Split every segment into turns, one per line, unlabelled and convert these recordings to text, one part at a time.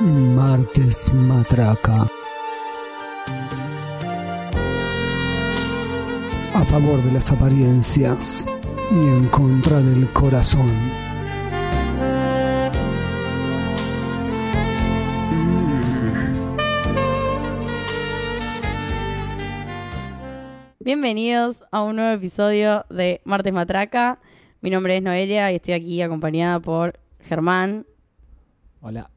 Martes Matraca. A favor de las apariencias y en contra del corazón.
Bienvenidos a un nuevo episodio de Martes Matraca. Mi nombre es Noelia y estoy aquí acompañada por Germán.
Hola.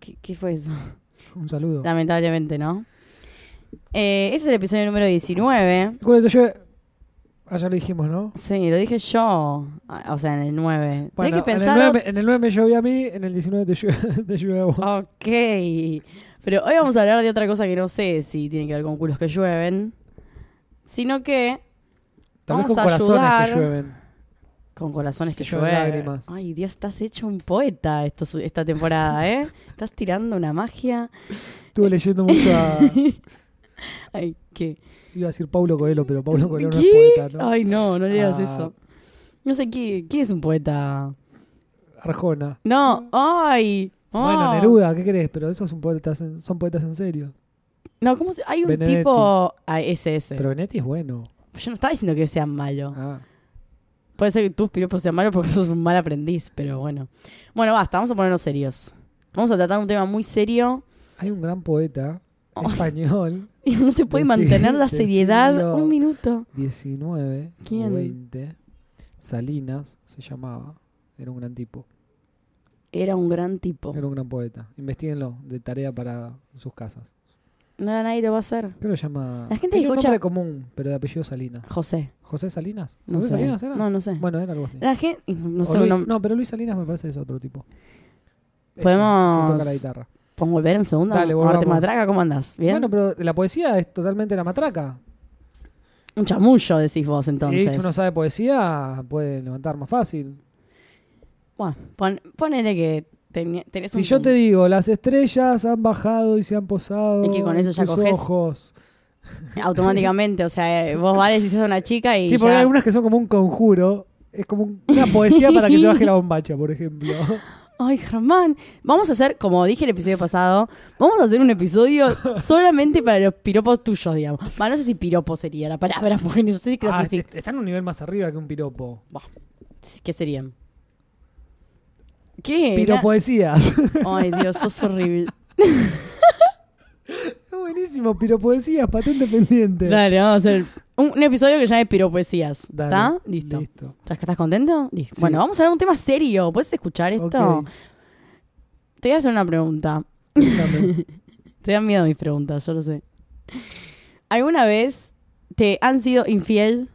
¿Qué, qué fue eso?
Un saludo.
Lamentablemente, ¿no? Eh, ese es el episodio número 19.
Acuérdate, yo. Ayer lo dijimos, ¿no?
Sí, lo dije yo. Ah, O sea, en el 9. Tenés que
en,
pensar.
el 9, me- en el 9 me llovió a mí, en el 19 te llueve, te llueve a vos.
Ok. Pero hoy vamos a hablar de otra cosa que no sé si tiene que ver con culos que llueven, sino que
Tal vez
vamos
con
a
corazones
ayudar.
que llueven.
con corazones que
Que llueven
llueven.
lágrimas.
Ay, Dios, estás hecho un poeta esto, esta temporada, ¿eh? estás tirando una magia.
Estuve leyendo mucho a.
Ay, ¿qué?
Iba a decir Paulo Coelho, pero Paulo Coelho no es
¿Qué?
poeta, ¿no?
Ay, no, no leas
Ah.
eso. No sé ¿qué- quién es un poeta.
Arjona.
No, ay.
Bueno,
oh.
Neruda, ¿qué querés? Pero esos son poetas en, son poetas en serio.
No, ¿cómo se- Hay un
Benedetti.
tipo. Ah, ese, ese.
Pero Benetti es bueno.
Yo no estaba diciendo que sean malo.
Ah.
Puede ser que tus piropos sean malos porque sos un mal aprendiz, pero bueno. Bueno, basta, vamos a ponernos serios. Vamos a tratar un tema muy serio.
Hay un gran poeta
Ay.
español,
Y no se puede
Decí-
mantener la seriedad
decilo.
un minuto.
19, o
¿Quién?
20, Salinas se llamaba. Era un gran tipo.
Era un gran tipo.
Era un gran poeta. Investíguenlo de tarea para sus casas.
Nada, nadie lo va a hacer.
Creo que se llama.
La gente
tiene un
escucha-
nombre común, pero de apellido Salinas.
José.
¿José Salinas?
No
¿José
sé.
Salinas era?
No, no sé.
Bueno, era algo así.
La gente. No
O
sé,
Luis-
no-
No, pero Luis Salinas me parece que es otro tipo. Ese,
Podemos-
sin tocar la guitarra.
¿Podemos volver un segundo?
Dale,
A Marte
volvamos.
Matraca, ¿cómo andás? ¿Bien?
Bueno, pero la poesía es totalmente la matraca.
un chamullo, decís vos,
Y
entonces.
si uno sabe poesía, puede levantar más fácil.
Bueno, pon- ponele que teni- tenés
Si
un-
yo te digo, las estrellas han bajado y se han posado.
Es que con eso
en
ya
tus
cogés.
ojos.
Automáticamente, o sea, eh, vos vales si sos una chica y
Sí, porque
ya-
hay algunas que son como un conjuro. Es como un- una poesía para que se baje la bombacha, por ejemplo.
Ay, Germán. Vamos a hacer, como dije el episodio pasado, vamos a hacer un episodio solamente para los piropos tuyos, digamos. Bueno, no sé si piropo sería la palabra, porque no sé si
Ah,
clasific-
est- está en un nivel más arriba que un piropo.
¿Qué serían? ¿Qué?
Piropoesías.
Ay, Dios, sos horrible.
Buenísimo, piropoesías, patente pendiente.
Dale, vamos a hacer un, un episodio que llame piropoesías.
Dale,
¿Está? Listo.
Listo.
¿Estás, estás contento? Listo.
Sí.
Bueno, vamos a hablar de un tema serio. ¿Puedes escuchar esto?
Ok,
Te voy a hacer una pregunta.
déjame.
Te dan miedo mis preguntas, yo lo sé. ¿Alguna vez te han sido infiel?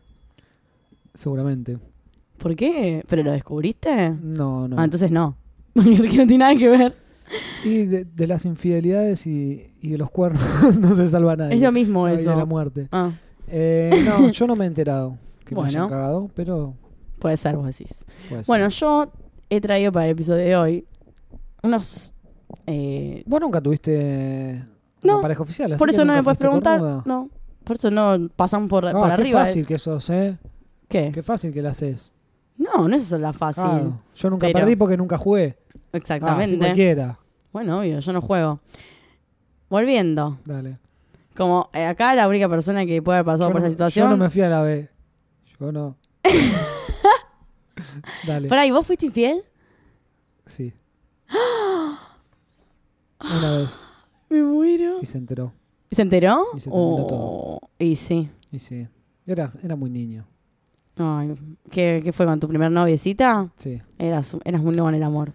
Seguramente.
¿Por qué? ¿Pero lo descubriste?
No, no.
Ah, entonces no. Porque no tiene nada que ver.
y de, de las infidelidades y, y de los cuernos no se salva nadie.
Es lo mismo
No, y de la
eso.
muerte.
Ah,
Eh, no, yo no me he enterado que me
Bueno.
hayan cagado, pero
puede ser, vos decís.
puede ser.
Bueno, yo he traído para el episodio de hoy unos... eh,
Vos nunca tuviste
No,
una pareja oficial, así
por
que
eso no
nunca
me puedes
fuiste
preguntar.
cornuda.
No, por eso no pasan por,
Ah,
por
qué
arriba.
fácil que sos, ¿eh?
¿Qué?
Qué fácil que la haces.
No, no es eso la fácil.
Claro, yo nunca
pero-
perdí porque nunca jugué. Ah, si
Exactamente.
cualquiera.
bueno, obvio, yo no juego. Volviendo.
Dale.
Como eh, acá la única persona que puede haber pasado
yo
por
no,
esa
me-
situación.
Yo no me fui a la B. Yo no. Dale.
Pará, ¿y vos fuiste infiel?
Sí. Una vez.
Me muero.
Y se enteró.
¿Se enteró?
Y se terminó
Oh, Y sí.
Y sí. Era, era muy niño.
Ay, ¿qué, qué fue con tu primer noviecita?
Sí.
Eras, eras muy nuevo en el amor.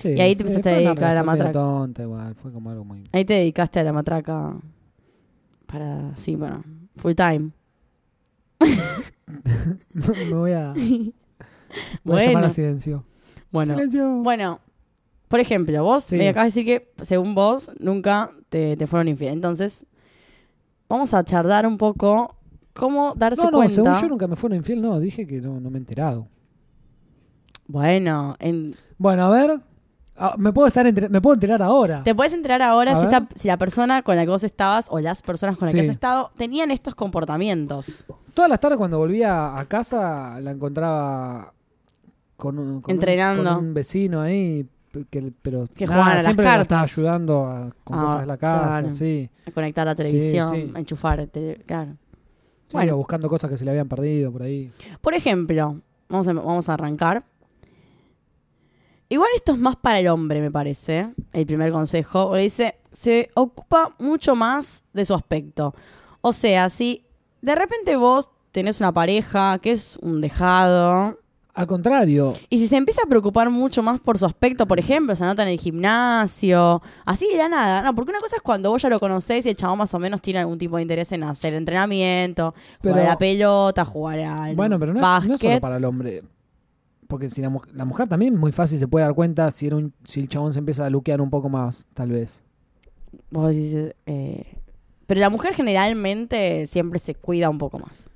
Sí,
Y ahí te
sí,
empezaste
fue
a
una
dedicar a la
relación medio
matraca.
tonta igual. Fue como algo muy...
Ahí te dedicaste a la matraca para, sí, bueno, full time.
me voy a... Voy a llamar
Bueno,
a silencio.
bueno.
Silencio.
Bueno, por ejemplo, vos
Sí.
me acabas de decir que, según vos, nunca te, te fueron infiel. Entonces, vamos a charlar un poco cómo darse
No, no,
cuenta.
según yo nunca me fueron infiel. No, dije que no, no me he enterado.
Bueno, en-
Bueno, a ver... Ah, me, puedo estar entre- me puedo enterar ahora.
te puedes enterar ahora
A
si,
ver.
esta- si la persona con la que vos estabas o las personas con las que
Sí.
has estado tenían estos comportamientos.
Todas las tardes cuando volvía a casa la encontraba con un, con un-
Entrenando.
con un vecino ahí pe- que- pero
Que jugaban a las
siempre lo estaba
cartas.
ayudando a- con
Ah,
cosas de la casa,
claro.
sí.
A conectar la televisión,
sí.
a enchufar, el tele- claro.
Sí,
Bueno.
o buscando cosas que se le habían perdido por ahí.
Por ejemplo, vamos a, vamos a arrancar. Igual esto es más para el hombre, me parece. El primer consejo. O le dice, se ocupa mucho más de su aspecto. O sea, si de repente vos tenés una pareja que es un dejado.
Al contrario,
Y si se empieza a preocupar mucho más por su aspecto, por ejemplo, se anota en el gimnasio, así de la nada. No, porque una cosa es cuando vos ya lo conocés y el chabón más o menos tiene algún tipo de interés en hacer entrenamiento, jugar
Pero-
a la pelota, jugar al
bueno, pero no, es-
básquet.
no es solo para el hombre. Porque si la, mu- la mujer también muy fácil se puede dar cuenta si, era un, si el chabón se empieza a luquear un poco más, tal vez.
Vos decís, eh, Pero la mujer generalmente siempre se cuida un poco más.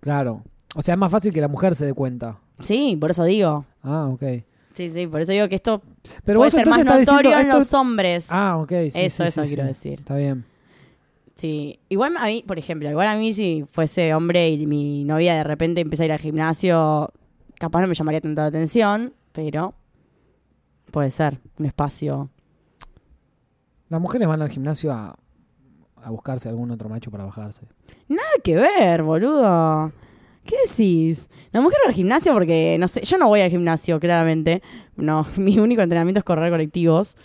Claro. O sea, es más fácil que la mujer se dé cuenta.
Sí, por eso digo.
Ah, ok.
Sí, sí, por eso digo que esto
Pero
puede
vos
ser
entonces
más
estás
notorio
diciendo
en
esto-
los hombres.
Ah, ok. sí, sí,
eso,
sí,
eso
sí.
quiero decir.
Está bien.
Sí. Igual a mí, por ejemplo, igual a mí si fuese hombre y mi novia de repente empieza a ir al gimnasio, capaz no me llamaría tanto la atención, pero puede ser un espacio.
Las mujeres van al gimnasio a, a buscarse algún otro macho para bajarse.
Nada que ver, boludo. ¿Qué decís? La mujer va al gimnasio porque, no sé, yo no voy al gimnasio, claramente. No, mi único entrenamiento es correr colectivos.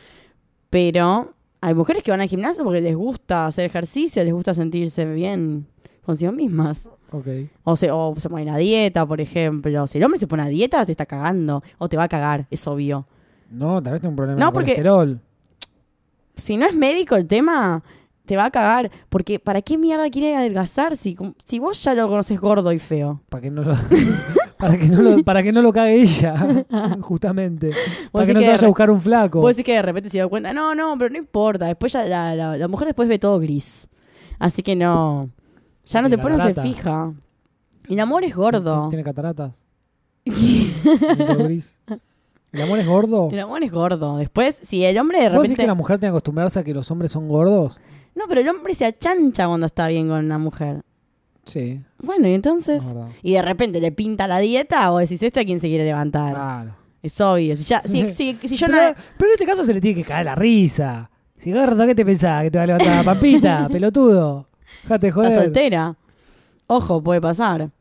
Pero hay mujeres que van al gimnasio porque les gusta hacer ejercicio, les gusta sentirse bien consigo mismas.
Ok.
O se, o se pone a dieta, por ejemplo. Si el hombre se pone a dieta, te está cagando. O te va a cagar, es obvio.
No, tal vez tiene un problema
No,
de
porque-
colesterol.
Si no es médico el tema, te va a cagar. Porque ¿para qué mierda quiere adelgazar si, si vos ya lo conoces gordo y feo?
Para que no lo, para que no lo, para que no lo cague ella, justamente. Para
Vos
que
sí
no
que
se vaya
re-
a buscar un flaco.
Puede decir que de repente se dio cuenta, no, no, pero no importa. Después ya la, la- la mujer después ve todo gris. Así que no. Ya no
Tiene
te pones, no se
catarata.
fija. El amor es gordo.
¿Tiene- ¿Tiene cataratas? ¿Tiene color gris? ¿El amor es gordo?
El amor es gordo. Después, si el hombre de
¿Vos decís
repente.
que la mujer tiene que acostumbrarse a que los hombres son gordos?
No, pero el hombre se achancha cuando está bien con una mujer.
Sí,
Bueno, y entonces.
es verdad.
Y de repente le pinta la dieta o decís, ¿este a quién se quiere levantar?
Claro.
Es obvio. Si, ya, si, si- si yo no.
Ah. pero, pero en ese caso se le tiene que caer la risa. Si gordo, ¿qué te pensás? ¿Que te va a levantar la pampita, pelotudo? Déjate
Está
joder.
soltera. Ojo, puede pasar.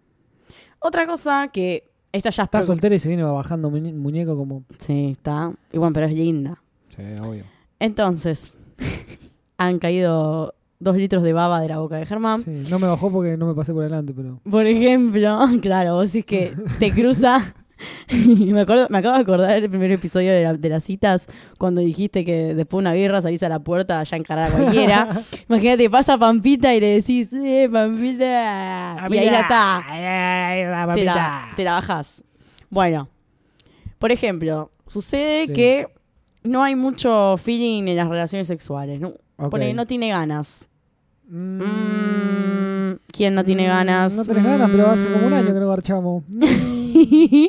Otra cosa que. Esta ya es
Está
pro-
soltera y se viene bajando muñe- muñeco como...
Sí, está. Y bueno, pero es linda.
Sí, obvio.
Entonces, han caído dos litros de baba de la boca de Germán.
no me bajó porque no me pasé por adelante, pero...
Por ejemplo, claro, vos sí que te cruza. me, acuerdo, me acabo de acordar del primer episodio de, la- de las citas, cuando dijiste que después de una birra salís a la puerta a ya encarar a cualquiera. Imagínate, pasa Pampita y le decís, ¡eh, Pampita! Y ahí la está. Te la, te la bajás. Bueno, por ejemplo, sucede
Sí.
que no hay mucho feeling en las relaciones sexuales. No,
Mm,
Pone, no tiene ganas. Mm, ¿Quién no tiene ganas?
No tenés ganas, pero hace como un año que no marchamos.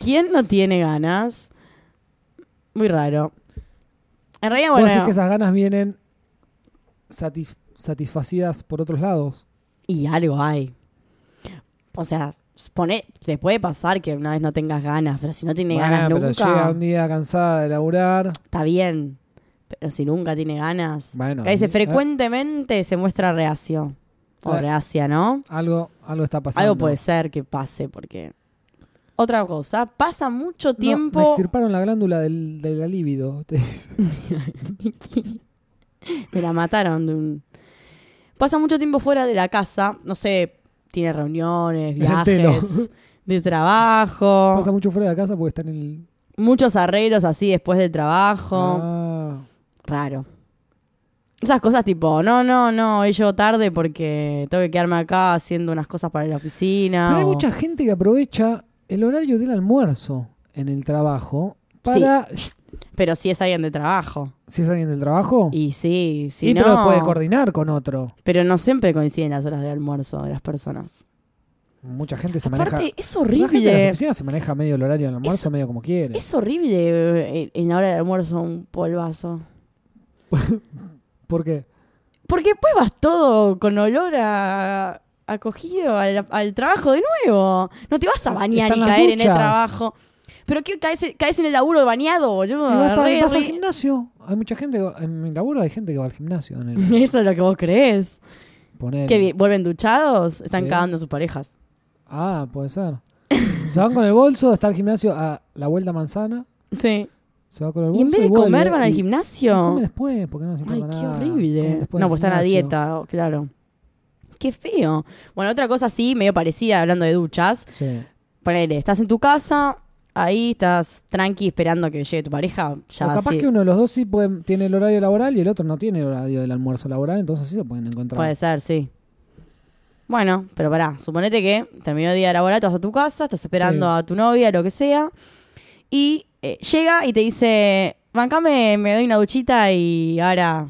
¿Quién no tiene ganas? Muy raro. En realidad,
Vos decís
bueno.
que esas ganas vienen satis- satisfacidas por otros lados.
Y algo hay. O sea, pone, te puede pasar que una vez no tengas ganas, pero si no tiene
Bueno,
ganas
pero llega
nunca,
un día cansada de laburar.
está bien. Pero si nunca tiene ganas.
Bueno,
Acá dice,
eh,
frecuentemente se muestra reacio. O
Ah.
reacia, ¿no?
Algo, algo está pasando.
Algo puede ser que pase, porque. Otra cosa, pasa mucho
No, me
tiempo Oh.
extirparon la glándula del, de la libido.
Me la mataron de un... Pasa mucho tiempo fuera de la casa, no sé, tiene reuniones,
En el telo.
viajes, de trabajo,
Pasa mucho fuera de la casa porque está en el...
muchos arreglos así después del trabajo,
Ah,
raro. Esas cosas tipo, no, no, no, hoy llego tarde porque tengo que quedarme acá haciendo unas cosas para la oficina.
Pero hay
o-
mucha gente que aprovecha el horario del almuerzo en el trabajo para...
Pero si es alguien de trabajo.
Si es alguien del trabajo.
Y sí, si
Oh. y
no...
pero puede coordinar con otro.
pero no siempre coinciden las horas de almuerzo de las personas.
Mucha gente se maneja...
Aparte, es
La gente de las
horrible.
oficinas se maneja medio el horario del almuerzo,
Eso-
medio como quiere.
Es horrible eh, en la hora del almuerzo un polvazo.
¿Por qué?
Porque después vas todo con olor a acogido al, al trabajo de nuevo. No te vas a bañar y
Están las
caer en el
duchas.
trabajo. Pero ¿qué caes, caes en el laburo bañado, boludo?
Y vas, a-
Ah, Re,
vas al
re-
gimnasio. Hay mucha gente, que va- en mi laburo hay gente que va al gimnasio. En el,
Eso es lo que vos crees.
ponele.
Que vi- vuelven duchados, están
Sí.
cagando a sus parejas.
Ah, puede ser. Se van con el bolso, está el gimnasio a la vuelta manzana.
Sí.
Se va con el bolso.
Y en vez de
vuelve,
comer van al
eh, y- y
gimnasio.
come después, porque no se
Ay,
importa
qué
nada. Come
horrible.
después
No,
del
pues están a
gimnasio.
dieta, o- claro. Qué feo. Bueno, otra cosa así, medio parecida, hablando de duchas.
Sí.
Ponele, estás en tu casa, ahí estás tranqui esperando que llegue tu pareja. Ya
o capaz
sí,
que uno de los dos sí puede- tiene el horario laboral y el otro no tiene el horario del almuerzo laboral, entonces sí se pueden encontrar.
Puede ser, sí. Bueno, pero pará, suponete que terminó el día laboral, te vas a tu casa, estás esperando
Sí.
a tu novia, lo que sea, y eh, llega y te dice, bancame, me doy una duchita y ahora,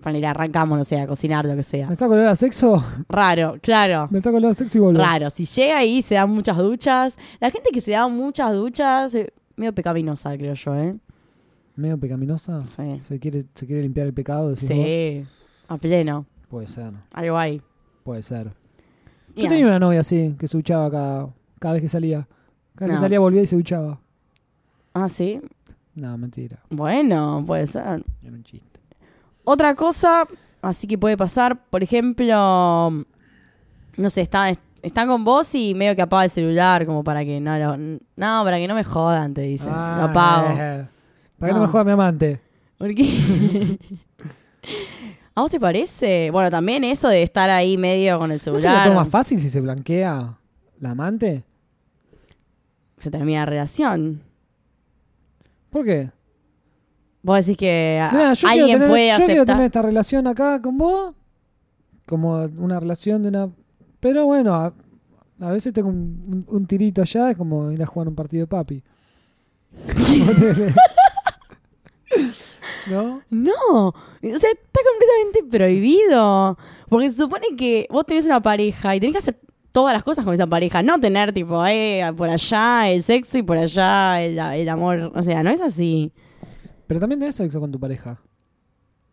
ponele, arrancamos, no sé, a cocinar, lo que sea.
Me saco el olor a sexo,
Raro, claro.
me saco el olor a sexo y vuelvo.
Raro, si llega y se dan muchas duchas. La gente que se da muchas duchas, eh, medio pecaminosa, creo yo, ¿eh?
Medio pecaminosa.
Sí.
Se quiere, se quiere limpiar el pecado, decís
Sí, a pleno,
vos. Puede ser,
algo ahí.
puede ser. Yo
Mira,
tenía una novia así, que se duchaba cada, cada vez que salía. Cada vez
No.
que salía volvía y se duchaba.
Ah, sí.
No, mentira.
Bueno, puede ser.
Era un chiste.
Otra cosa, así que puede pasar, por ejemplo, no sé, está- están con vos y medio que apaga el celular, como para que no lo- no, para que no me jodan, te dicen. lo apago.
eh. Para que
No.
no me joda mi amante.
¿Por qué? ¿A vos te parece? Bueno, también eso de estar ahí medio con el
¿No se lo
celular.
toma fácil si se blanquea la amante?
se termina la relación.
¿Por qué?
Vos decís que a-
Mirá, yo quiero
Ah, alguien
tener-
puede
yo quiero tener
aceptar.
esta relación acá con vos, como una relación de una... Pero bueno, a, a veces tengo un, un- un tirito allá, es como ir a jugar un partido de papi. Ponele. ¿No?
No, o sea, está completamente prohibido. Porque se supone que vos tenés una pareja y tenés que hacer todas las cosas con esa pareja, no tener tipo, eh, por allá el sexo y por allá el, el amor. O sea, no es así.
Pero también tenés sexo con tu pareja.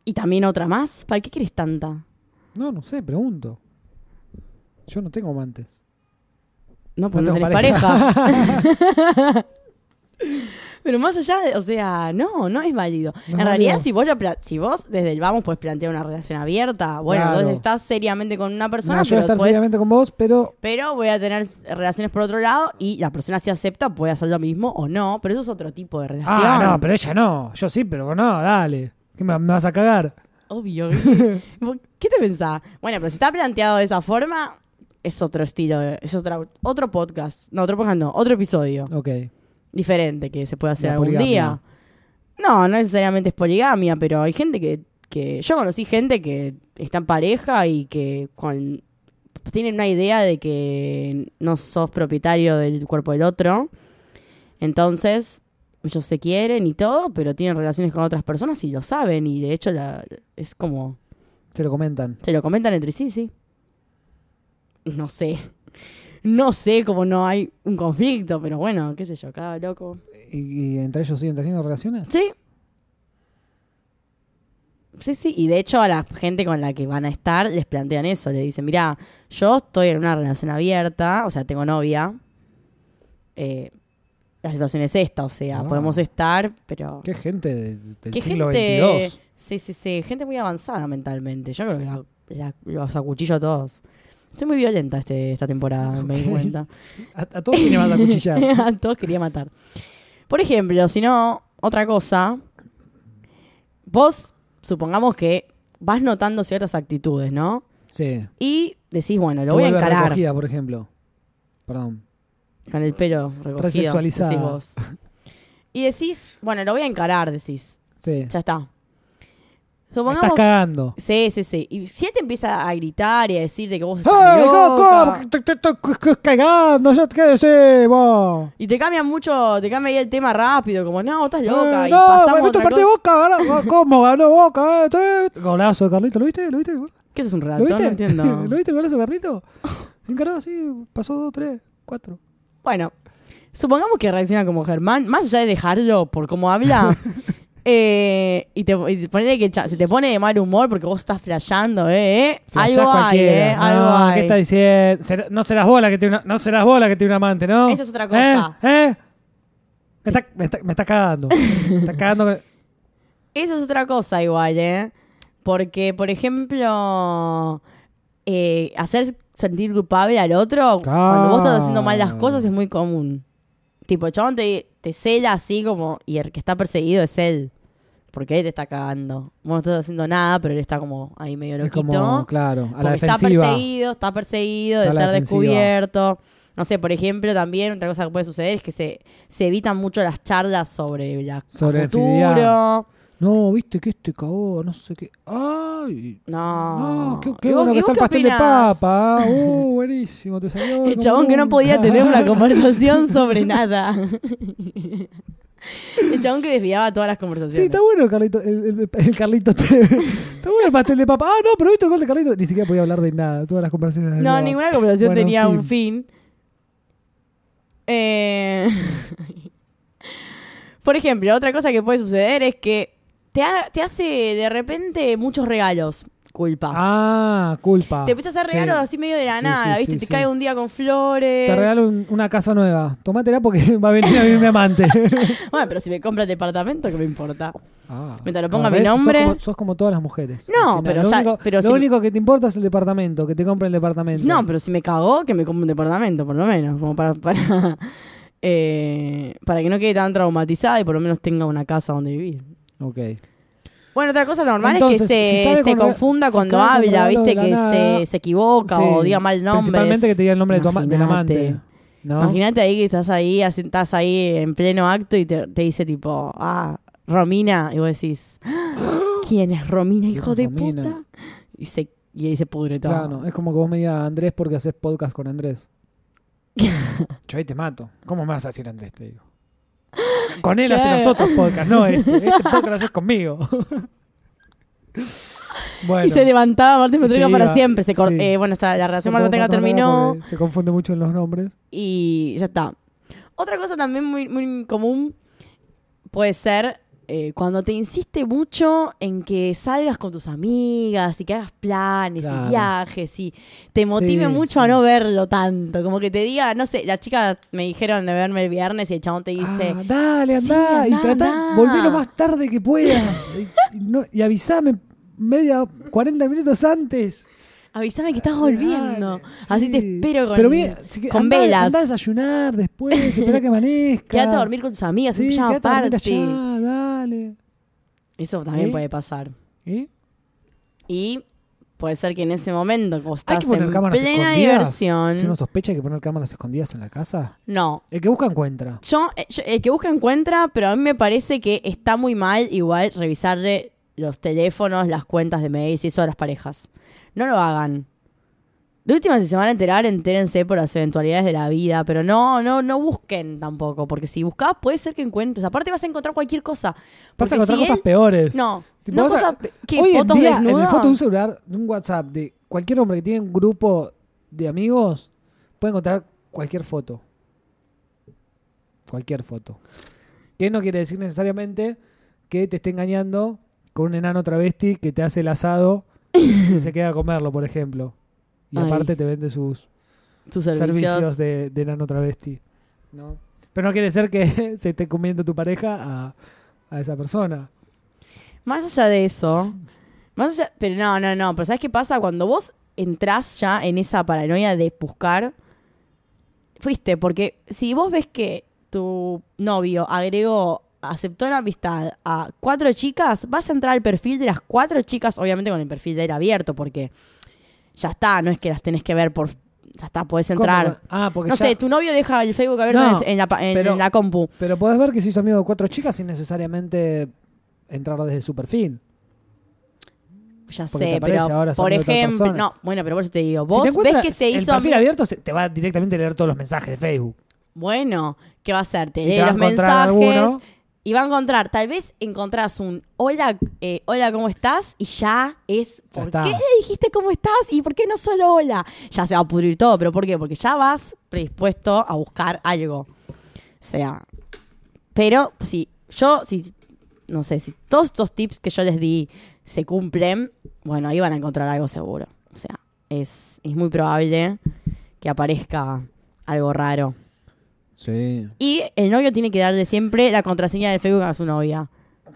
Y también otra más. ¿Para qué querés tanta?
No, no sé, pregunto. Yo no tengo amantes.
No, porque no,
tengo
tenés pareja. Pero más allá, de- o sea, no, no es válido.
No es
en realidad,
válido.
si vos, lo pla- si vos desde el vamos puedes plantear una relación abierta, bueno,
Claro.
entonces estás seriamente con una persona,
No, yo voy a
pero
estar
después-
seriamente con vos, pero
pero voy a tener relaciones por otro lado y la persona si acepta puede hacer lo mismo o no, pero eso es otro tipo de relación.
Ah, no, pero ella no. Yo sí, pero vos no, dale. ¿Qué me, me vas a cagar?
Obvio. ¿Qué te pensás? Bueno, pero si está planteado de esa forma, es otro estilo, de- es otra, otro podcast. No, otro podcast no, otro episodio
Ok.
diferente que se puede hacer
La
algún
poligamia.
día. No, no necesariamente es poligamia, pero hay gente que, que... Yo conocí gente que está en pareja y que con... tienen una idea de que no sos propietario del cuerpo del otro. Entonces, ellos se quieren y todo, pero tienen relaciones con otras personas y lo saben. Y de hecho la- es como...
Se lo comentan.
Se lo comentan entre sí, sí. No sé. No sé cómo no hay un conflicto, pero bueno, qué sé yo, cada loco.
¿Y, y entre ellos siguen teniendo relaciones?
Sí. Sí, sí. Y de hecho a la gente con la que van a estar les plantean eso. Le dicen, mira, yo estoy en una relación abierta, o sea, tengo novia. Eh, la situación es esta, o sea,
Ah.
podemos estar, pero...
¿Qué gente de- del
¿Qué
siglo
gente?
XXII?
Sí, sí, sí. Gente muy avanzada mentalmente. Yo creo que la- la- los acuchillo a todos. Estoy muy violenta este- esta temporada, me di
Ok.
cuenta.
A, a todos me vas a cuchillar.
A todos quería matar. Por ejemplo, si no, otra cosa. Vos, supongamos que vas notando ciertas actitudes, ¿no?
Sí.
Y decís, bueno, lo
Te
voy a
vuelve
encarar
recogida, por ejemplo. Perdón.
con el pelo recogido.
Resexualizada.
Decís vos. Y decís, bueno, lo voy a encarar, decís.
Sí.
Ya está.
Me estás
Supongamos
cagando.
Sí, sí, sí. Y si él te empieza a gritar y a decirte que vos estás
¡Ay, no,
loca,
cómo! ¡Te, te, te- te- te- cagando! ¡Ya te quedé, vos!
Y te cambia mucho, te cambia ahí el tema rápido, como, no, estás loca.
Eh,
y
no,
pasamos
me
a
meto
otra
un partido de
cosa.
boca, ganó- ¿cómo ganó boca? eh, sí. Golazo de Carlito, ¿lo viste? ¿Lo viste?
¿Qué es un
¿Lo
ratón? No
viste?
entiendo.
¿Lo viste el golazo de Carlito? Encarado así, pasó dos, tres, cuatro.
Bueno, supongamos que reacciona como Germán, más allá de dejarlo por cómo habla. eh, y te y ponele que cha- se te pone de mal humor porque vos estás flasheando, eh, eh.
Flashás
algo hay, eh,
cualquiera.
algo
no, ¿Qué
hay.
está diciendo? Ser- no serás vos la que tiene una, no serás vos la que tiene un amante, ¿no?
Esa es otra cosa.
¿Eh? ¿Eh? Me está, me está- me está cagando. Me está cagando. con-
Eso es otra cosa igual, ¿eh? Porque, por ejemplo, eh, hacer sentir culpable al otro cuando vos estás haciendo mal las cosas es muy común. Tipo, el chabón te, te cela así como, y el que está perseguido es él. Porque él te está cagando. Vos no estás haciendo nada, pero él está como ahí medio
Es
loquito.
como, claro, a la
Porque está
defensiva.
perseguido, está perseguido
Está a
de
la
ser
defensiva.
descubierto. No sé, por ejemplo, también otra cosa que puede suceder es que se, se evitan mucho las charlas sobre la
Sobre
a
la
futuro.
No, viste que este cagó, no sé qué. Ay.
No.
No, qué, qué
¿Y vos-
bueno
y vos
que está el
qué
pastel de
opinás?
papa. ah. Uh, buenísimo, te salió.
El
como
chabón que no podía
nunca.
tener una conversación sobre nada. El chabón que desviaba todas las
Sí,
conversaciones.
está bueno el Carlito, el, el- el Carlito TV. está bueno el pastel de papa. Ah, no, pero viste el gol de Carlito. Ni siquiera podía hablar de nada, todas las conversaciones.
no,
de-
ninguna conversación
Bueno,
tenía
en
un fin. Eh, Por ejemplo, otra cosa que puede suceder es que te, ha- te hace de repente muchos regalos. Culpa.
Ah, culpa.
Te empieza a hacer
Sí.
regalos así medio de la
Sí,
nada,
sí,
¿viste?
sí,
te
sí.
cae un día con flores.
Te regalo un- una casa nueva. Tomátela porque va a venir a mi amante.
Bueno, pero si me compra el departamento, ¿qué me importa?
Ah.
Mientras lo ponga
Ah,
mi
¿ves?
nombre.
Sos como, sos como todas las mujeres.
No,
Al final,
pero
lo
ya-
Único,
pero
lo
si-
único que te importa es el departamento, que te compre el departamento.
No, pero si me cagó, que me compre un departamento, por lo menos. Como para. Para, eh, para que no quede tan traumatizada y por lo menos tenga una casa donde vivir.
Ok.
Bueno, otra cosa normal
Entonces,
es que
si
se,
sale
se
con re-
confunda
si
cuando
sale con
habla,
regalos
¿viste?
de la
Que
nada.
se, se equivoca o
Sí.
diga mal nombre.
Principalmente que te diga el nombre de tu ama- del amante. ¿no?
Imagínate ahí que estás ahí, estás ahí en pleno acto y te, te dice tipo, ah, Romina. Y vos decís, ¿quién es Romina,
¿Quién
hijo
es
de
Romina?
puta? Y, se, y ahí se pudre todo.
Claro, no, es como que vos me digas Andrés porque haces podcast con Andrés. Yo ahí te mato. ¿Cómo me vas a decir Andrés? Te digo. Con él hace
Claro.
los otros podcasts, no este. Este podcast lo haces conmigo. bueno.
Y se levantaba Martín Petrello
Sí,
para
iba-
siempre. Se cor-
sí.
eh, bueno, está, la relación
Con
Martín Petrello
Marta Ortega
terminó
porque Se confunde mucho en los nombres.
y ya está. Otra cosa también muy, muy común puede ser eh, cuando te insiste mucho en que salgas con tus amigas y que hagas planes
Claro.
y viajes y te motive
Sí,
mucho a
sí.
no verlo tanto. Como que te diga, no sé, las chicas me dijeron de verme el viernes y el chabón te dice,
Ah, dale,
Sí,
andá. y
andá,
tratá,
andá.
volvé lo más tarde que puedas. y, y no- y avisame media, 40 minutos antes.
avísame que estás volviendo.
Dale,
Así te
Ah, sí.
espero con,
Pero bien, sí que
con
andá-
velas.
Andá a desayunar después, espera que amanezca.
Quédate a dormir con tus amigas, un
Sí,
pijama
quédate a dormir
party.
allá, dale.
Eso también
¿Eh?
puede pasar.
¿Eh?
Y puede ser que en ese momento, como
Hay
estás
que poner
en
cámaras
plena
escondidas.
diversión.
Si uno sospecha hay que poner cámaras escondidas en la casa,
No.
el que busca encuentra.
Yo, eh, yo- el que busca encuentra, pero a mí me parece que está muy mal igual revisarle los teléfonos, las cuentas de mails y eso a las parejas. No lo hagan. De última, si se van a enterar, entérense por las eventualidades de la vida, pero no, no, no busquen tampoco, porque si buscas puede ser que encuentres. Aparte vas a encontrar cualquier cosa.
Vas
Porque
a encontrar
si
cosas
él-
peores.
No,
Tipo,
no
vas a-
cosas pe- que
Hoy en
fotos
día, en el
desnudas.
foto de un celular, de un WhatsApp, de cualquier hombre que tiene un grupo de amigos, puede encontrar cualquier foto. Cualquier foto. Que no quiere decir necesariamente que te esté engañando con un enano travesti que te hace el asado y se queda a comerlo, por ejemplo. Y
Ay.
aparte te vende sus
Tus
servicios,
servicios
de, de enano travesti. ¿no? Pero no quiere ser que se esté comiendo tu pareja a, a esa persona.
Más allá de eso, más allá, pero no, no, no, pero ¿sabes qué pasa? Cuando vos entrás ya en esa paranoia de buscar, fuiste, porque si vos ves que tu novio agregó, aceptó la amistad a cuatro chicas, vas a entrar al perfil de las cuatro chicas, obviamente con el perfil de él abierto, porque ya está, no es que las tenés que ver por... Ya está, podés
¿Cómo?
entrar.
Ah, porque
No
ya-
sé, tu novio deja el Facebook abierto
No,
en, la, pa- en
pero-
la compu.
Pero podés ver que se hizo amigo de cuatro chicas sin necesariamente entrar desde su perfil.
Ya
Porque te
sé,
aparece
pero
ahora
por
saliendo otra
ejemplo,
persona.
no, bueno, pero por eso te digo,
si te
vos ves
encuentra
que se
el
hizo
perfil
ami-
abierto, se- te va directamente a leer todos los mensajes de Facebook.
bueno, ¿qué va a hacer? Te
Y te
lee
va a
Eh, los
encontrar
mensajes
alguno.
y va a encontrar, tal vez encontrás un hola, eh, hola, ¿cómo estás? Y ya es,
Ya
¿por
está.
qué le dijiste cómo estás? ¿Y por qué no solo hola? Ya se va a pudrir todo, pero ¿por qué? Porque ya vas predispuesto a buscar algo. O sea, pero si yo, si, no sé, si todos estos tips que yo les di se cumplen, bueno, ahí van a encontrar algo seguro. O sea, es, es muy probable que aparezca algo raro.
Sí.
Y el novio tiene que darle siempre la contraseña del Facebook a su novia.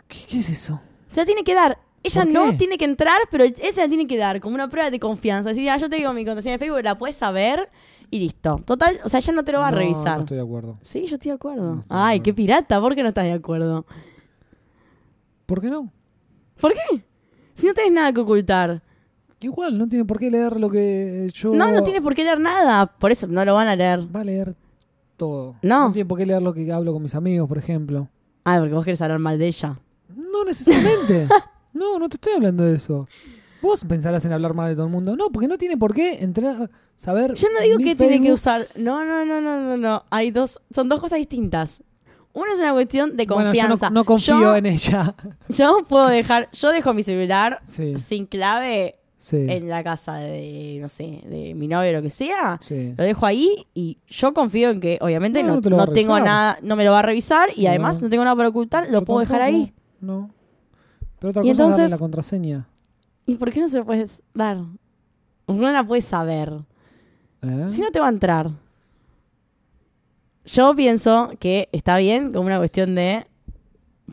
¿Qué, qué es eso?
Se la tiene que dar. Ella
¿Por qué?
no tiene que entrar, pero él se la tiene que dar como una prueba de confianza. Decir, ah, yo te digo mi contraseña de Facebook, la puedes saber y listo. Total, o sea, ella no te lo va a
No,
revisar.
No estoy de acuerdo.
Sí, yo estoy de acuerdo.
No estoy de
Ay,
acuerdo.
qué pirata, ¿por qué no estás de acuerdo?
¿Por qué no?
¿Por qué? Si no tenés nada que ocultar.
Igual, no tiene por qué leer lo que eh, yo.
No, no tienes por qué leer nada. Por eso no lo van a leer.
Va a leer todo.
No.
No tiene por qué leer lo que hablo con mis amigos, por ejemplo.
Ah, porque vos querés hablar mal de ella.
No necesariamente. no, no te estoy hablando de eso. Vos pensarás en hablar mal de todo el mundo. No, porque no tiene por qué entrar, saber.
Yo no digo
mi
que tiene que
Facebook.
usar. No, no, no, no, no, no. Hay dos, son dos cosas distintas. Una es una cuestión de
Bueno, yo no-
confianza.
no, confío
yo,
en ella.
Yo puedo dejar, yo dejo mi celular
Sí,
sin clave
sí.
en la casa de, no sé, de mi novio o lo que sea.
sí.
Lo dejo ahí y yo confío en que obviamente
No,
no,
no te lo
no
va a
tengo
revisar.
nada, no me lo va a revisar y
No.
además no tengo nada para ocultar, lo
Yo
puedo dejar
tampoco,
ahí.
No. Pero
Y
otra cosa es darle
entonces-
la contraseña.
¿Y por qué no se lo puedes dar? No la puedes saber.
¿Eh?
Si no te va a entrar. Yo pienso que está bien como una cuestión de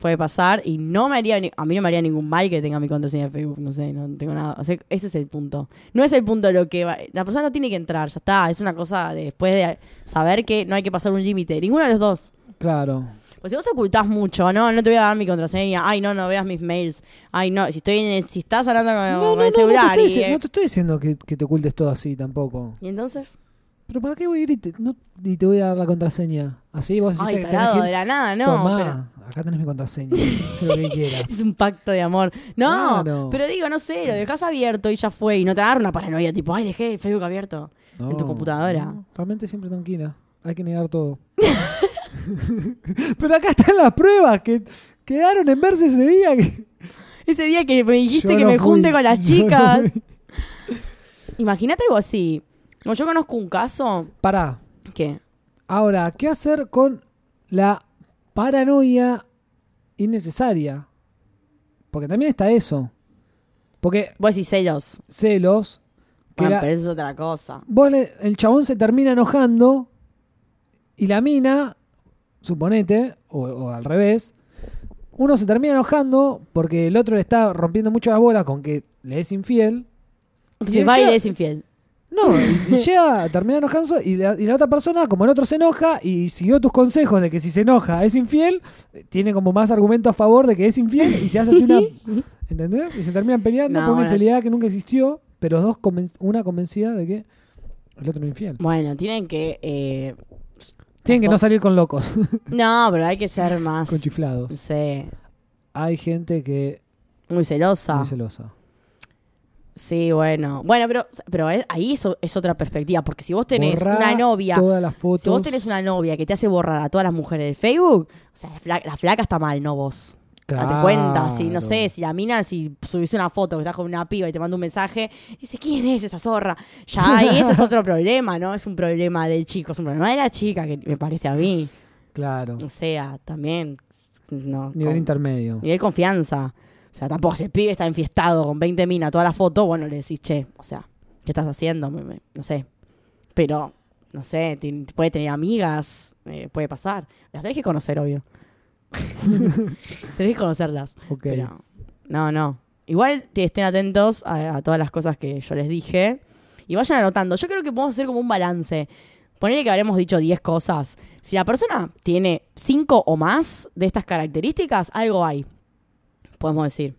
puede pasar y no me haría ni- a mí no me haría ningún mal que tenga mi contraseña de Facebook, no sé, no tengo nada, o sea, ese es el punto. No es el punto de lo que va- la persona no tiene que entrar, ya está, es una cosa de- después de saber que no hay que pasar un límite, ninguno de los dos.
Claro.
Pues si vos ocultás mucho, no, no te voy a dar mi contraseña, ay no, no veas mis mails, ay no, si estoy en el- si estás hablando con,
No, no,
con
no,
el
no te
celular
estoy,
y,
dici-
eh,
no te estoy diciendo que, que te ocultes todo así tampoco.
y entonces,
Pero ¿para qué voy a ir y te, no- y te voy a dar la contraseña? Así vos
ay,
te- tenés
tarado,
que ir-
de la nada, no,
Tomá,
pero-
acá tenés mi contraseña. Haz lo que quieras.
Es un pacto de amor. No,
Claro.
pero digo, no sé, lo dejas abierto y ya fue. Y no te agarra una paranoia tipo, ay, dejé el Facebook abierto. En tu
No,
computadora.
no, realmente siempre tranquila. Hay que negar todo. Pero acá están las pruebas que quedaron en verse ese día. que-
Ese día que me dijiste
Yo
que
no
me
fui,
junte con las
yo no
chicas.
fui.
Imagínate algo así. Como yo conozco un caso
Pará.
que.
Ahora, ¿qué hacer con la paranoia innecesaria? Porque también está eso. Porque
Vos decís celos.
celos. Que
Bueno,
la-
pero eso es otra cosa.
vos le- el chabón se termina enojando y la mina, suponete, o, o al revés, uno se termina enojando porque el otro le está rompiendo mucho las bolas con que le es infiel.
Entonces
Y
va y
ella-
le es infiel.
No, y, y llega, termina enojándose y la, y la otra persona, como el otro se enoja y siguió tus consejos de que si se enoja es infiel, eh, tiene como más argumento a favor de que es infiel y se hace así una... ¿Entendés? Y se terminan peleando
No,
por una
bueno.
infidelidad que nunca existió, pero los dos, conven- una convencida de que el otro es infiel.
Bueno, tienen que. eh,
Tienen que no salir con locos,
No, pero hay que ser más.
con chiflados.
No sé.
Hay gente que
Muy
es
celosa.
muy celosa.
Sí, bueno. Bueno, pero, pero es- ahí eso es otra perspectiva. Porque si vos tenés
Borrá
una novia.
Todas las fotos.
Si vos tenés una novia que te hace borrar a todas las mujeres de Facebook, o sea, la flaca, la flaca está mal, no vos. Date cuenta, si no
Claro.
sé, si la mina, si subís una foto que estás con una piba y te manda un mensaje, dice, ¿quién es esa zorra? Ya, y eso es otro problema, ¿no? Es un problema del chico, es un problema de la chica, que me parece a mí.
Claro.
O sea, también, no.
Nivel
con-
intermedio.
nivel confianza. O sea, tampoco si el pibe está enfiestado con 20 minas toda la foto, bueno, le decís, che, o sea, ¿qué estás haciendo? Me- me- no sé. Pero, no sé, ti- puede tener amigas, eh, puede pasar. Las tenés que conocer, obvio. tenés que conocerlas.
Ok.
Pero, no, no. Igual que estén atentos a, a todas las cosas que yo les dije. Y vayan anotando. Yo creo que podemos hacer como un balance. Ponele que habremos dicho 10 cosas. Si la persona tiene 5 o más de estas características, algo hay. Podemos decir.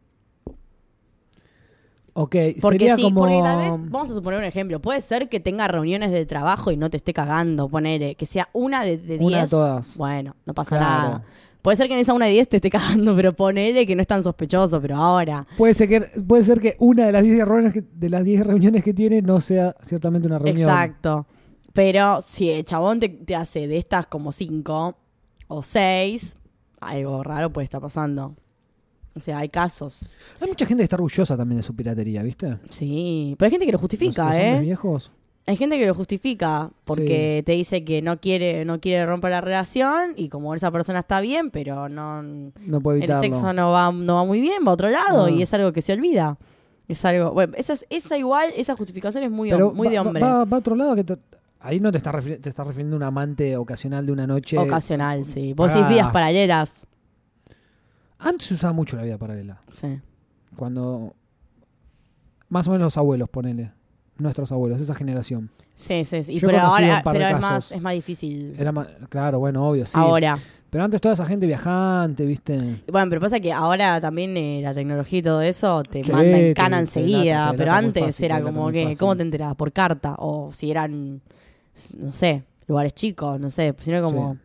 Ok,
Porque
sería
sí,
como...
porque tal vez, vamos a suponer un ejemplo, puede ser que tenga reuniones de trabajo y no te esté cagando, ponele, que sea una de, de
Una de
10.
todas.
Bueno, no pasa
Claro.
nada. Puede ser que en esa una de 10 te esté cagando, pero ponele que no es tan sospechoso, pero ahora.
Puede ser, que, puede ser que una de las 10 reuniones que, de las 10 reuniones que tiene no sea ciertamente una reunión.
Exacto. Pero si el chabón te, te hace de estas como cinco o seis, algo raro puede estar pasando. O sea, hay casos.
Hay mucha gente que está orgullosa también de su piratería, ¿viste?
Sí. Pero hay gente que lo justifica,
Los- los hombres
¿eh?
viejos.
Hay gente que lo justifica porque te dice que no quiere, no quiere romper la relación y como esa persona está bien, pero no
No puede
el
evitarlo.
sexo no va, no va muy bien, va a otro lado
Ah.
y es algo que se olvida. Es algo, bueno, esa, es- esa igual, esa justificación es muy, hom-
Pero
muy de
va-
hombre.
Va, va a otro lado que te- Ahí no te estás, refiri- te estás refiriendo a un amante ocasional de una noche.
Ocasional, sí. Vos
Ah.
decís vidas paralelas.
Antes se usaba mucho la vida paralela.
Sí.
Cuando. Más o menos los abuelos, ponele. Nuestros abuelos, esa generación.
Sí, sí, sí.
Yo
Pero
conocí
ahora
un par de
pero es,
casos.
más, es más difícil.
Era más, claro, bueno, obvio, sí.
Ahora.
Pero antes toda esa gente viajante, ¿viste?
Bueno, pero pasa que ahora también eh, la tecnología y todo eso te
Sí,
manda en
te-
cana
te
enseguida.
delata, te
pero
delata muy
antes
fácil, te
era
delata
como
muy
que,
fácil.
¿cómo te enterabas? Por carta. O si eran, no sé, lugares chicos, no sé. Sino como.
Sí.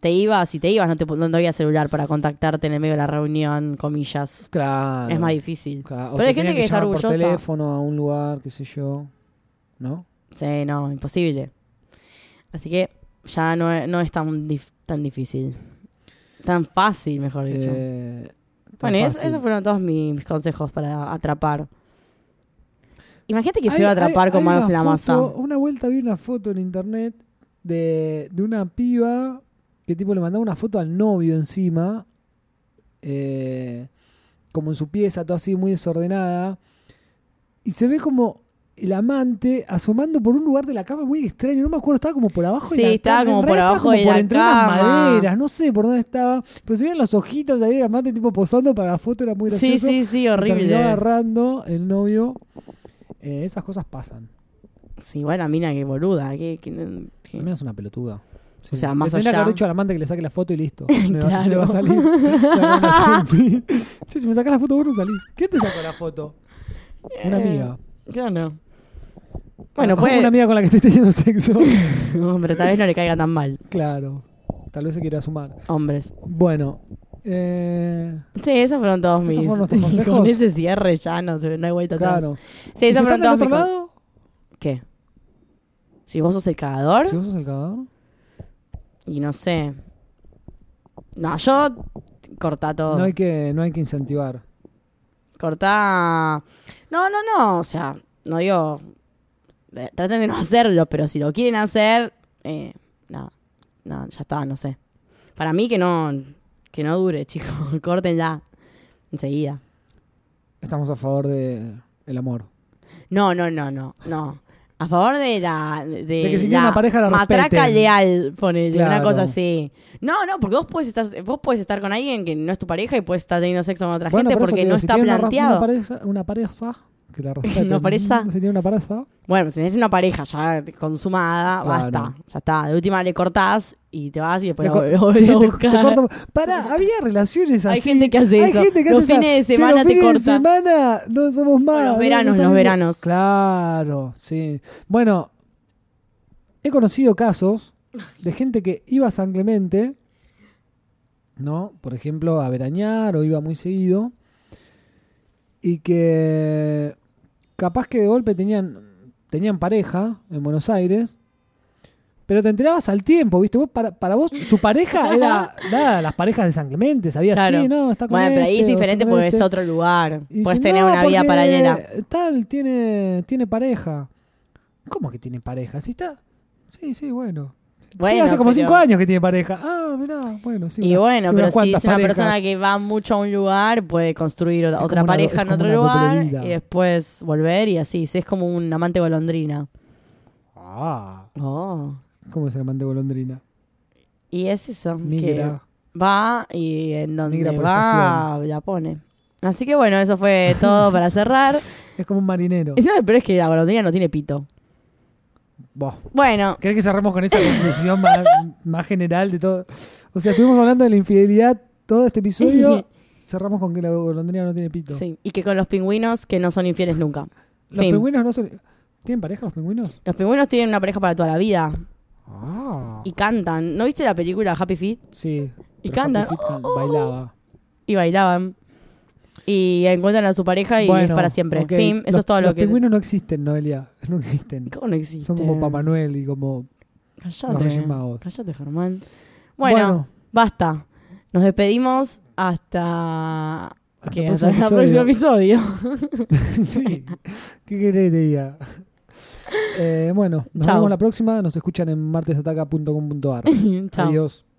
Te ibas, si te ibas, no, te, no había celular para contactarte en el medio de la reunión, comillas.
Claro.
Es más difícil.
Claro, o
Pero
te
hay gente
tenían
que es
llamar
orgullosa.
Por teléfono a un lugar, qué sé yo. ¿No?
Sí, no, imposible. Así que ya no, es- no es tan, dif- tan difícil. Tan fácil, mejor dicho.
Eh, tan
bueno, y es-
fácil.
esos fueron todos mis consejos para atrapar. Imagínate que
Hay-
feo
hay-
atrapar con
hay
manos en
una
la
foto-
masa.
Una vuelta vi una foto en internet de, de una piba que tipo le mandaba una foto al novio encima, eh, como en su pieza, todo así muy desordenada, y se ve como el amante asomando por un lugar de la cama muy extraño, no me acuerdo, estaba como por abajo
Sí,
de la
estaba
cama, en
como por
realidad
abajo
estaba
de
como por
la
entre unas
cama.
maderas, no sé por dónde estaba, pero se veían los ojitos ahí del amante tipo posando para la foto, era muy gracioso.
Sí, sí, sí,
Y Terminó
horrible.
agarrando el novio. Eh, esas cosas pasan.
Sí, igual la mina que boluda. que- que- que-
También es una pelotuda. Sí.
O sea, más
Le tendría que
allá-
haber dicho al amante que le saque la foto y listo. Le va-
Claro.
le va a salir. Le van a hacer un pi- che, si me sacas la foto vos no salís. ¿Quién te sacó la foto? Una
Eh,
amiga.
Claro, no. Bueno,
Como Una
pues.
amiga con la que estés teniendo sexo.
Pero tal vez no le caiga tan mal,
claro. Tal vez se quiera sumar.
hombres.
Bueno. Eh,
Sí, esos fueron todos mis.
¿Esos fueron nuestros consejos?
Con ese cierre ya no, se- no hay vuelta atrás.
claro.
Sí,
¿Y si
esos
están
fueron
del
todos
otro
mis con-
lado?
¿Qué? Si vos sos el cagador
Si vos sos el cagador.
y no sé. No, yo cortá todo.
No hay, que, no hay que incentivar.
Cortá. No, no, no. O sea, no digo. eh, Traten de no hacerlo, pero si lo quieren hacer, eh, nada. No, ya está, no sé. Para mí que no. Que no dure, chicos. Córtenla. Enseguida.
Estamos a favor de el amor.
No, no, no, no. No. A favor de Eh, la. De,
que si tiene una pareja, la
Matraca
respeten.
leal, ponele, una
Claro.
cosa así. No, no, porque vos puedes estar, vos podés estar con alguien que no es tu pareja y puedes estar teniendo sexo con otra
Bueno,
gente
por eso
porque
te digo,
no
si
está
tiene una ra-
planteado.
Una pareja, una pareja que la respeten.
Una pareja.
Si tiene una pareja.
Bueno, si tenés una pareja ya consumada,
Claro.
basta, ya está. De última le cortás y te vas y después
Le
la
co-
vol- volvés
Che,
a
te-
buscar.
te corto. Pará, había relaciones así.
Hay gente que hace
Hay
eso.
gente que
los
hace esa-
fines
Che,
de semana
los
te
fines de
cortan.
semana no somos más.
los
no- no
veranos, los
salimos.
veranos.
Claro, sí. Bueno, he conocido casos de gente que iba a San Clemente, ¿no? Por ejemplo, a verañar o iba muy seguido. Y que capaz que de golpe tenían, tenían pareja en Buenos Aires. Pero te enterabas al tiempo, ¿viste? Vos, para, para vos, su pareja era nada, las parejas de San Clemente, sabías,
Claro.
sí, no, está con
Bueno, pero ahí es
este, o está
diferente
con
porque es
este".
otro lugar.
Y
Puedes
dice,
tener
"No,
Pues una vida
porque
paralela.
Tal tiene, tiene pareja. ¿Cómo que tiene pareja? Si está. Sí, sí, bueno.
Bueno,
sí, hace como
pero-
cinco años que tiene pareja. Ah, mirá, bueno, sí.
Y
una-
bueno,
unas
pero si
cuantas
es una
parejas.
persona que va mucho a un lugar, puede construir otra,
Es
otra
como una do-
pareja
es
en
como
otro
una
lugar
doble vida.
y después volver y así. Si es como un amante golondrina.
Ah.
Oh.
¿Cómo es el amante golondrina?
Y es eso. que-
Migra.
va y en donde
Migra por
va la pone. Así que bueno, eso fue todo para cerrar.
Es como un marinero.
Encima lo peor es que la golondrina no tiene pito.
Buah.
Bueno,
¿Querés que cerremos con esa conclusión más, más general de todo? O sea, estuvimos hablando de la infidelidad todo este episodio. Cerramos con que la golondrina no tiene pito.
sí. Y que con los pingüinos que no son infieles nunca.
Los
Fin.
pingüinos no son. ¿Tienen pareja los pingüinos?
Los pingüinos tienen una pareja para toda la vida
Ah.
y cantan. ¿No viste la película Happy Feet?
Sí.
Y
pero
cantan.
Happy Feet can- bailaba.
Y bailaban. Y encuentran a su pareja y es
Bueno,
para siempre.
ok.
Fin, eso
Los-
es todo lo
Los
que. Este.
pingüinos no existen, Noelia. No existen.
¿Cómo no existe?
Son como Papá Noel y como. los
Cállate.
Reyes Magos.
Cállate, Germán. bueno. basta. Nos despedimos hasta,
hasta
que
el
hasta el próximo episodio.
sí. ¿Qué querés que te diga? Eh, bueno, nos
Chao.
vemos la próxima. Nos escuchan en martesataca.com.ar.
Chao.
Adiós.